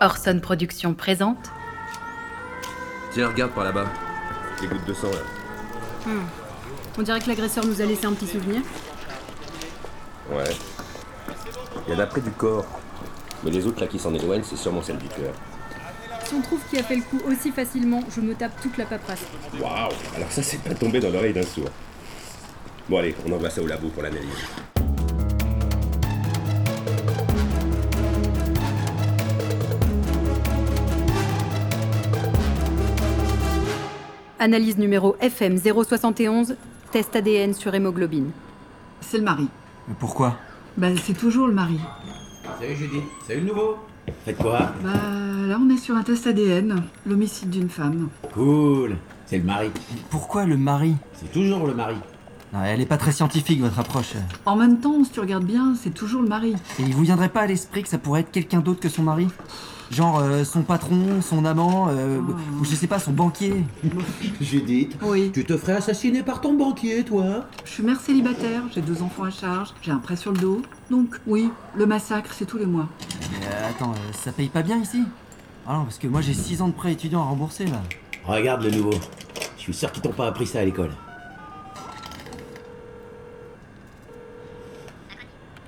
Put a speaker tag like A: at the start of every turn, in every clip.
A: Orson Productions présente
B: Tiens, regarde par là-bas. Les gouttes de sang, là.
C: On dirait que l'agresseur nous a laissé un petit souvenir.
B: Ouais. Il y en a près du corps. Mais les autres, là, qui s'en éloignent, c'est sûrement celle du cœur.
C: Si on trouve qui a fait le coup aussi facilement, je me tape toute la paperasse.
B: Waouh Alors ça, c'est pas tombé dans l'oreille d'un sourd. Bon, allez, on envoie ça au labo pour l'analyse.
C: Analyse numéro FM 071, test ADN sur hémoglobine.
D: C'est le mari.
E: Mais pourquoi
D: Ben, c'est toujours le mari.
F: Salut Judith, salut le nouveau Faites quoi
D: Bah, là, on est sur un test ADN, l'homicide d'une femme.
F: Cool C'est le mari.
E: Pourquoi le mari
F: C'est toujours le mari.
E: Non, elle est pas très scientifique, votre approche.
D: En même temps, si tu regardes bien, c'est toujours le mari.
E: Et il vous viendrait pas à l'esprit que ça pourrait être quelqu'un d'autre que son mari Genre euh, son patron, son amant, euh, ou je sais pas, son banquier.
F: Judith
D: Oui.
F: Tu te ferais assassiner par ton banquier, toi
D: Je suis mère célibataire, j'ai deux enfants à charge, j'ai un prêt sur le dos. Donc, oui, le massacre, c'est tous les mois.
E: Mais, euh, attends, euh, ça paye pas bien ici Ah non, parce que moi j'ai 6 ans de prêt étudiant à rembourser là.
F: Regarde le nouveau. Je suis sûr qu'ils t'ont pas appris ça à l'école.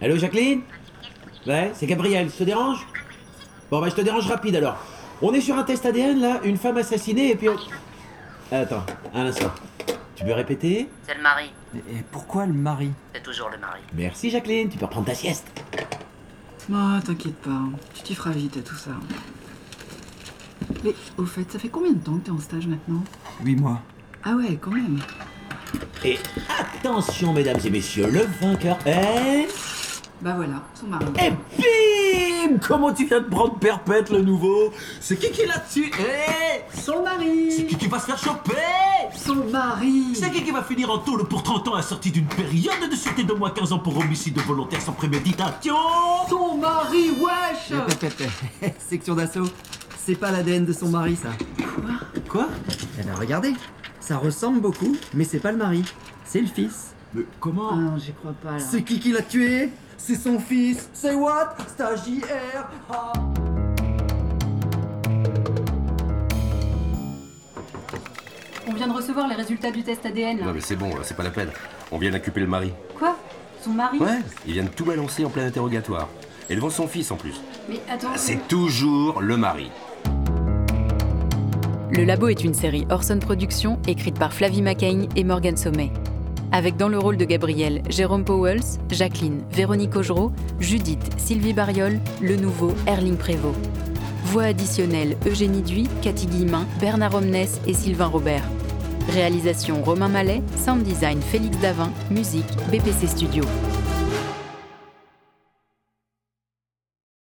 F: Allô Jacqueline Ouais, c'est Gabriel, je te dérange Bon bah je te dérange rapide alors. On est sur un test ADN là, une femme assassinée et puis... on- Attends, un instant. Tu peux répéter
G: C'est le mari.
E: Et, et pourquoi le mari
G: C'est toujours le mari.
F: Merci Jacqueline, tu peux reprendre ta sieste.
D: Moi, Bah, t'inquiète pas, tu t'y feras vite à tout ça. Mais au fait, ça fait combien de temps que t'es en stage maintenant
E: 8 mois.
D: Ah ouais, quand même.
F: Et attention, mesdames et messieurs, le vainqueur est.
D: Bah voilà, son mari.
F: Et bim Comment tu viens de prendre perpète le nouveau C'est qui qui l'a dessus Eh
D: Son
F: C'est qui
D: mari
F: qui va se faire choper
D: Son mari
F: C'est qui qui va finir en tôle pour 30 ans assorti d'une période de sûreté de moins 15 ans pour homicide volontaire sans préméditation
D: Son mari, wesh
E: Hé, hé, hé, hé, Section d'assaut, c'est pas l'ADN de son mari ça.
F: Quoi
E: Eh ben regardez, ça ressemble beaucoup, mais c'est pas le mari, c'est le fils.
F: Mais
D: Ah
F: comment
D: non, j'y crois pas là.
E: C'est qui qui l'a tué C'est son fils C'est what Stagiaire Ah.
C: On vient de recevoir les résultats du test ADN.
B: Non, mais c'est bon, hein, c'est pas la peine. On vient d'accuper le mari.
C: Quoi Son mari
B: Ouais, il vient de tout balancer en plein interrogatoire. Et devant son fils, en plus.
C: Mais attends.
B: C'est toujours le mari.
A: Le Labo est une série Orson Productions écrite par Flavie McCain et Morgan Sommet. Avec dans le rôle de Gabriel, Jérôme Powells, Jacqueline, Véronique Augereau, Judith, Sylvie Bariol, Le Nouveau, Erling Prévost. Voix additionnelle Eugénie Duy, Cathy Guillemin, Bernard Omnes et Sylvain Robert. Réalisation Romain Mallet, sound design Félix Davin, musique BPC Studio.